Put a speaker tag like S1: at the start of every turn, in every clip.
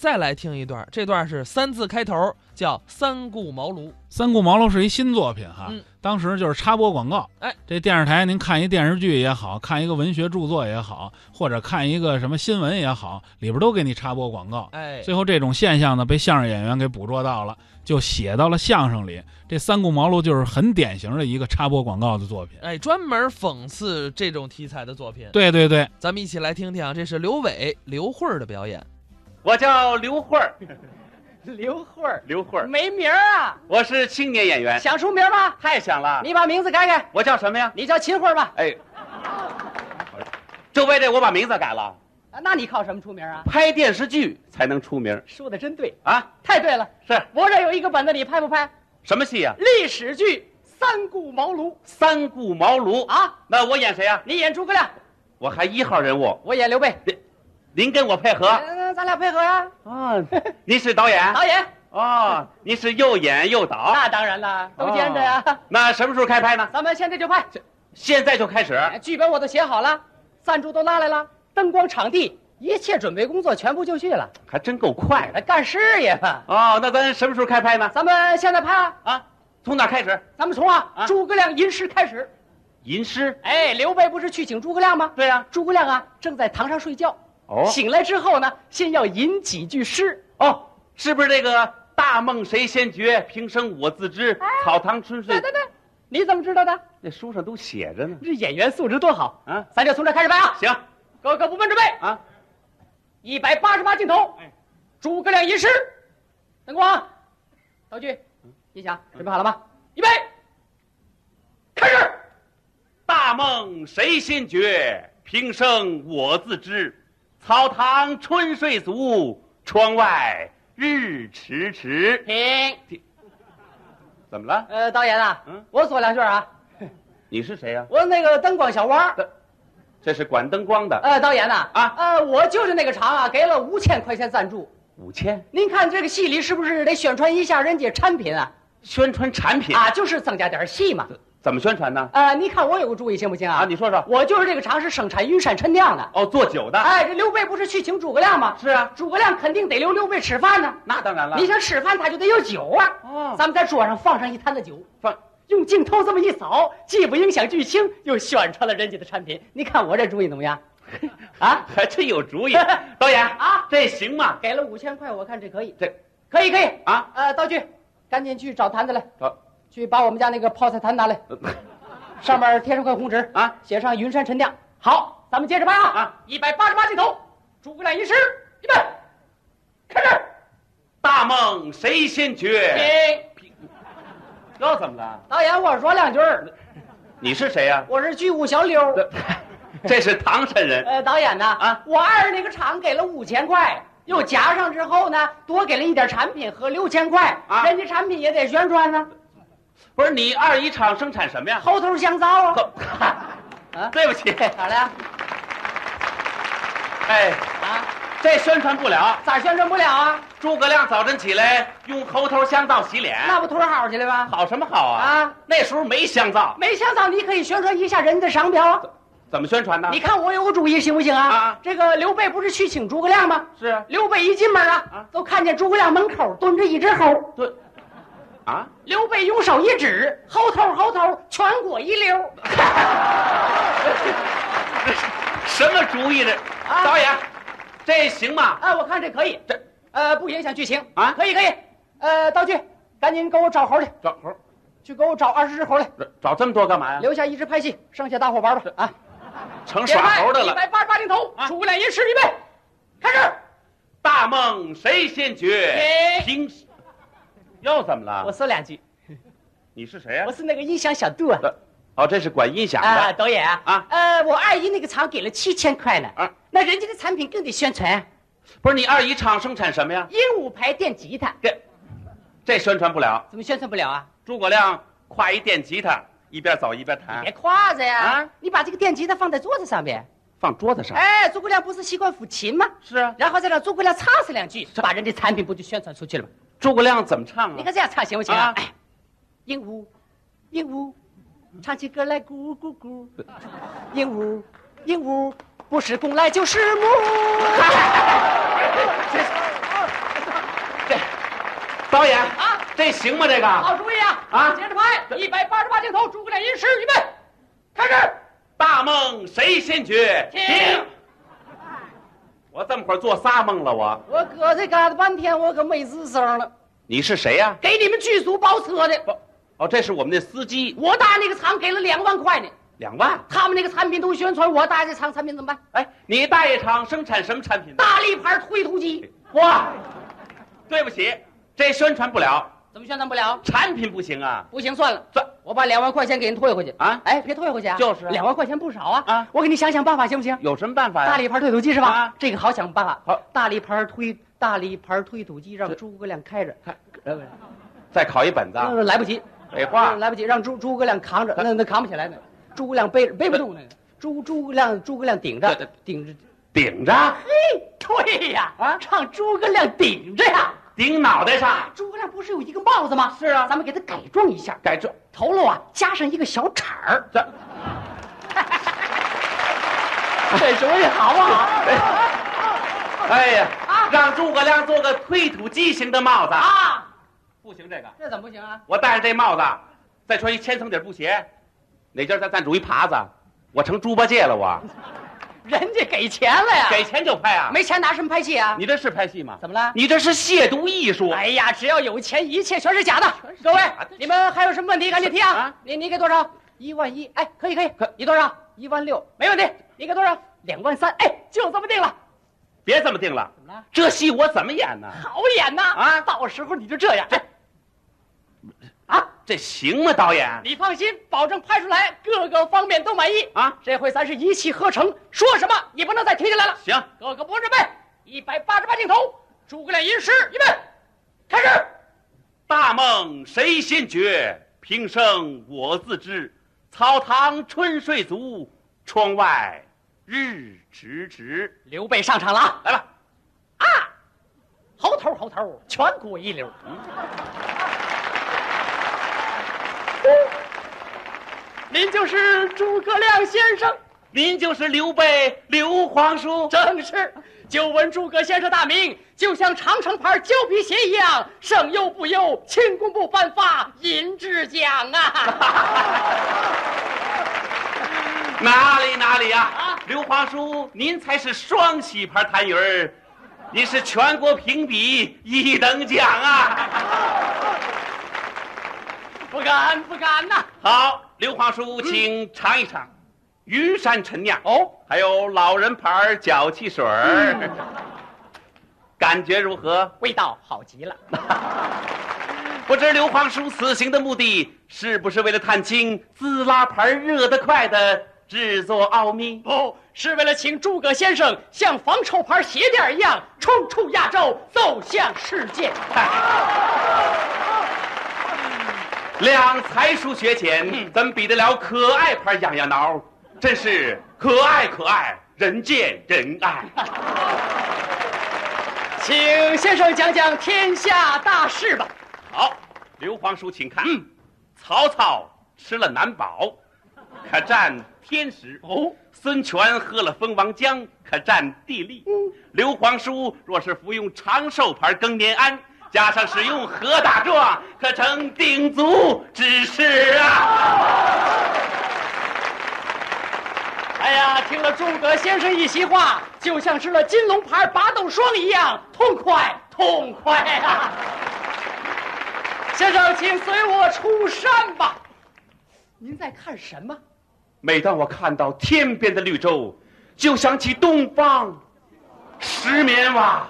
S1: 再来听一段，这段是三字开头，叫《三顾茅庐》。
S2: 三顾茅庐是一新作品哈，
S1: 嗯
S2: 当时就是插播广告。
S1: 哎，
S2: 这电视台您看一电视剧也好看一个文学著作也好，或者看一个什么新闻也好，里边都给你插播广告。
S1: 哎，
S2: 最后这种现象呢，被相声演员给捕捉到了，就写到了相声里。这三顾茅庐就是很典型的一个插播广告的作品。
S1: 哎，专门讽刺这种题材的作品。
S2: 对对对，
S1: 咱们一起来听听啊，这是刘伟、刘慧儿的表演。
S3: 我叫刘慧儿，
S4: 刘慧儿
S3: 刘慧儿，
S4: 没名儿啊，
S3: 我是青年演员，
S4: 想出名吗？
S3: 太想了。
S4: 你把名字改改，
S3: 我叫什么呀？
S4: 你叫秦慧儿吧。
S3: 哎，这为这我把名字改了，
S4: 啊那你靠什么出名啊？
S3: 拍电视剧才能出名
S4: 说的真对，
S3: 啊！
S4: 太对了。
S3: 是
S4: 我这有一个本子，你拍不拍？
S3: 什么戏呀、
S4: 历史剧《三顾茅庐
S3: 三顾茅庐》啊！
S4: 啊，
S3: 那我演谁呀、
S4: 你演诸葛亮，
S3: 我还一号人物，
S4: 我演刘备。
S3: 您跟我配合
S4: 嗯、咱俩配合呀、
S3: 啊！您是导演
S4: 导演，
S3: 哦，您是又演又导，
S4: 那当然了，都兼着呀、
S3: 哦那什么时候开拍呢？
S4: 咱们现在就拍，
S3: 现在就开始。
S4: 哎剧本我都写好了，赞助都拉来了，灯光、场地，一切准备工作全部就绪了，
S3: 还真够快的
S4: 来干事业吧。
S3: 哦。那咱什么时候开拍呢？
S4: 咱们现在拍啊，
S3: 啊，从哪儿开始？
S4: 咱们从啊
S3: 啊
S4: 诸葛亮吟诗开始。
S3: 吟诗。
S4: 哎，刘备不是去请诸葛亮吗？
S3: 对呀、
S4: 诸葛亮啊，正在堂上睡觉，
S3: 哦
S4: 醒来之后呢，先要吟几句诗。
S3: 哦，是不是这个“大梦谁先觉，平生我自知”？
S4: 哎
S3: 草堂春睡，
S4: 对，你怎么知道的？
S3: 那书上都写着呢。
S4: 这演员素质多好！
S3: 啊，
S4: 咱就从这开始拍啊！
S3: 行
S4: 各个部门准备，
S3: 啊，
S4: 一百八十八镜头，诸葛亮吟诗，灯光，啊道具，音响，准备好了吗？预备，开始！
S3: 大梦谁先觉，平生我自知。草堂春睡足，窗外日迟
S4: 嗯
S3: 迟。
S4: 停。
S3: 怎么了？
S4: 呃，导演啊，
S3: 嗯
S4: 我说两句啊，
S3: 你是谁呀、
S4: 我那个灯光小王。
S3: 这是管灯光的，
S4: 呃，导演呐、
S3: 啊
S4: 呃，我就是那个厂啊，给了五千块钱赞助。
S3: 五千。
S4: 您看这个戏里是不是得宣传一下人家产品啊？
S3: 宣传产品
S4: 啊，就是增加点戏嘛。
S3: 怎么宣传呢？
S4: 呃，你看我有个主意行不行啊？
S3: 啊，你说说。
S4: 我就是这个厂是生产云山陈酿的。
S3: 哦，做酒的。
S4: 哎，这刘备不是去请诸葛亮吗？
S3: 是啊，
S4: 诸葛亮肯定得留刘备吃饭呢。
S3: 那当然了。
S4: 你想吃饭，他就得有酒啊。
S3: 哦
S4: 咱们在桌上放上一坛子酒，
S3: 放
S4: 用镜头这么一扫，既不影响剧情，又宣传了人家的产品。你看我这主意怎 么样？啊，
S3: 还真有主 意。导演
S4: 啊
S3: 这行吗？
S4: 给了五千块，我看这可以。
S3: 这
S4: 可以可以
S3: 啊，
S4: 呃，道具，赶紧去找坛子来，
S3: 啊
S4: 去把我们家那个泡菜坛拿来，上面贴上块红纸，
S3: 呃啊，
S4: 写上云山陈酿。好，咱们接着拍啊！
S3: 啊，
S4: 一百八十八镜头，诸葛亮吟诗，预备，开始。
S3: 大梦谁先觉？
S4: 停，
S3: 这怎么了？
S4: 哎导演，我说两句儿，
S3: 你是谁呀、
S4: 我是剧务小刘。
S3: 这这是唐山人。
S4: 呃，导演呢？
S3: 啊，嗯
S4: 我二那个厂给了五千块。又加上之后呢，多给了一点产品和六千块，
S3: 啊
S4: 人家产品也得宣传呢、
S3: 不是你二一厂生产什 么呀？
S4: 猴头香皂啊，
S3: 呵
S4: 啊，
S3: 对不起，
S4: 咋了？
S3: 哎，
S4: 啊，
S3: 这宣传不了。
S4: 咋宣传不了啊？
S3: 诸葛亮早晨起来用猴头香皂洗脸，
S4: 那不土好去了吗？
S3: 啊好什么好啊？
S4: 啊，
S3: 那时候没香皂，
S4: 没想到你可以宣传一下人家的商标啊。
S3: 怎么宣传呢？
S4: 你看我有个主意行不行啊？
S3: 啊
S4: 这个刘备不是去请诸葛亮吗？
S3: 是啊
S4: 刘备一进门啊，
S3: 啊
S4: 都看见诸葛亮门口蹲着一只猴。
S3: 对，啊，
S4: 刘备用手一指，猴头猴头，全国一溜。
S3: 什么主意这？
S4: 啊
S3: 导演，这行吗？
S4: 啊，我看这可以，
S3: 这
S4: 呃，不影响剧情
S3: 啊
S4: 可以可以。呃，道具，赶紧给我找猴去，
S3: 找猴，
S4: 去给我找二十只猴来，
S3: 找找这么多干嘛呀？
S4: 留下一只拍戏，剩下大伙玩吧。啊，
S3: 成耍猴的
S4: 一
S3: 了。
S4: 百八十八零头，
S3: 啊
S4: 诸葛亮一试预备，开始。
S3: 大梦谁先觉
S4: 哎？
S3: 平时又怎么
S4: 我
S3: 了？
S4: 说两句，
S3: 你是谁呀、
S4: 我是那个音响小杜啊。
S3: 呃哦，这是管音响的。
S4: 啊，导演啊，
S3: 啊
S4: 呃，我二姨那个厂给了七千块呢，
S3: 啊
S4: 那人家的产品更得宣传啊，
S3: 不是你二姨厂生产什么呀？
S4: 鹦鹉牌电吉他
S3: 这这宣传不了。
S4: 怎么宣传不了啊？
S3: 诸葛亮挎一电吉他，一边走一边弹
S4: 别，挎着呀，
S3: 啊
S4: 你把这个电吉他放在桌子上面，
S3: 放桌子上。
S4: 哎，诸葛亮不是习惯抚琴吗？
S3: 是啊，
S4: 然后再让诸葛亮唱上两句，把人家产品不就宣传出去了吗？
S3: 诸葛亮怎么唱
S4: 你
S3: 啊？
S4: 看这样唱行不行啊
S3: 啊？
S4: 哎，鹦鹉，鹦鹉，唱起歌来咕咕咕，鹦鹉， 鹦鹉，不是公来就是母。
S3: 导演
S4: 啊
S3: 这行吗？这个
S4: 好主意啊！
S3: 啊
S4: 接着拍，一百八十八镜头，诸葛亮吟诗，预备，开始。
S3: 大梦谁先觉？
S4: 停！
S3: 我这么会儿做仨梦了，我
S4: 我搁这嘎达半天，我可没吱声了。
S3: 你是谁呀、
S4: 给你们剧组包车的，
S3: 哦，这是我们的司机，
S4: 我搭那个厂给了两万块呢。
S3: 两万。
S4: 他们那个产品都宣传，我搭这厂产品怎么办？
S3: 哎，你大爷厂生产什么产品呢？
S4: 大力牌推土机
S3: 哇，对不起，这宣传不了，
S4: 怎么宣传不了？
S3: 产品不行啊。
S4: 不行，算了，
S3: 哎算
S4: 我把两万块钱给人退回去
S3: 啊
S4: 哎，别退回去啊！
S3: 就是啊
S4: 两万块钱不少啊！
S3: 啊
S4: 我给你想想办法行不行？
S3: 有什么办法呀？
S4: 大力牌推土机是吧？
S3: 啊
S4: 这个好想办法。
S3: 好
S4: 大力牌推大力牌推土机让
S3: 这
S4: 诸葛亮开着，
S3: 再考一本哎呃子啊，哎
S4: 那来不及，呃
S3: 废话，
S4: 来不及，让诸诸葛亮扛着，那那扛不起来呢，诸葛亮背着背不动那个，诸诸葛亮诸葛亮顶着
S3: 哎对对
S4: 顶着，
S3: 顶着，
S4: 嘿，对呀，
S3: 啊
S4: 让诸葛亮顶着呀。
S3: 顶脑袋上，
S4: 诸葛亮不是有一个帽子吗？是啊，咱们给他改装一下，
S3: 改这
S4: 头颅啊加上一个小铲儿，
S3: 这，
S4: 这主意好不好？
S3: 哎呀
S4: 啊，
S3: 让诸葛亮做个推土机型的帽子，
S4: 啊，
S3: 不行这个，
S4: 这怎么不行啊？
S3: 我戴上这帽子，再穿一千层底布鞋，哪家再赞助一耙子，我成猪八戒了 我，
S4: 人家给钱了呀，
S3: 给钱就拍啊，
S4: 啊没钱拿什么拍戏啊？
S3: 你这是拍戏吗？
S4: 怎么了？
S3: 你这是亵渎艺术。
S4: 哎呀，只要有钱，一切全是假的。各位
S3: 假的，
S4: 你们还有什么问题赶紧提啊
S3: 啊！
S4: 你你给多少？一万一，哎，可以可以，可你多少？一万六，没问题。你给多少？两万三，哎，就这么定了。
S3: 别这么定了，
S4: 怎么了？
S3: 这戏我怎么演呢？
S4: 好演呐！
S3: 啊
S4: 到时候你就这样。哎啊，
S3: 这行吗，导演？
S4: 你放心，保证拍出来各个方面都满意。
S3: 啊，
S4: 这回咱是一气呵成，说什么也不能再提起来了。
S3: 行，
S4: 各个同志们，一百八十八镜头，诸葛亮吟诗，预备，开始。
S3: 大梦谁先觉？平生我自知。草堂春睡足，窗外日迟迟。
S4: 刘备上场了啊！
S3: 来吧，
S4: 猴头猴头，全国一流。嗯您就是诸葛亮先生，
S3: 您就是刘备刘皇叔。
S4: 正是。久闻诸葛先生大名，就像长城牌胶皮鞋一样，省忧不忧，轻功部颁发银质奖啊！
S3: 哪里哪里呀、
S4: 啊
S3: 刘皇叔，您才是双喜牌痰盂儿，您是全国评比一等奖啊！
S4: 不敢不敢呐、
S3: 好，刘皇叔，请尝一尝，云山陈酿
S4: 哦，
S3: 还有老人牌脚气水儿， 感觉如何？
S4: 味道好极了。
S3: 不知刘皇叔此行的目的是不是为了探清自拉牌热得快的制作奥秘？
S4: 不哦是为了请诸葛先生像防臭牌鞋垫一样冲出亚洲，走向世界。
S3: 两才疏学浅，怎么比得了可爱牌痒痒挠？真是可爱可爱，人见人爱。
S4: 请先生讲讲天下大事吧。
S3: 好，刘皇叔，请看，曹操吃了难保，可占天时；
S4: 哦，
S3: 孙权喝了蜂王浆，可占地利。刘皇叔若是服用长寿牌更年安，加上使用何大壮，可成鼎足之势啊！
S4: 哎呀，听了诸葛先生一席话，就像吃了金龙牌拔豆霜一样痛快，痛快啊！先生，请随我出山吧。您在看什么？
S3: 每当我看到天边的绿洲，就想起东方石棉瓦。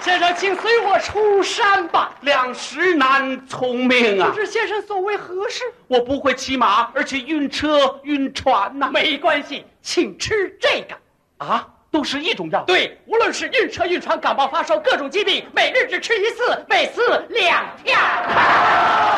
S4: 先生，请随我出山吧。
S3: 两石难从命啊
S4: 不！知先生所谓何事？
S3: 我不会骑马，而且晕车晕船呐、
S4: 没关系，请吃这个。
S3: 啊，都是一种药。
S4: 对，无论是晕车、晕船、感冒、发烧，各种疾病，每日只吃一次，每次两片。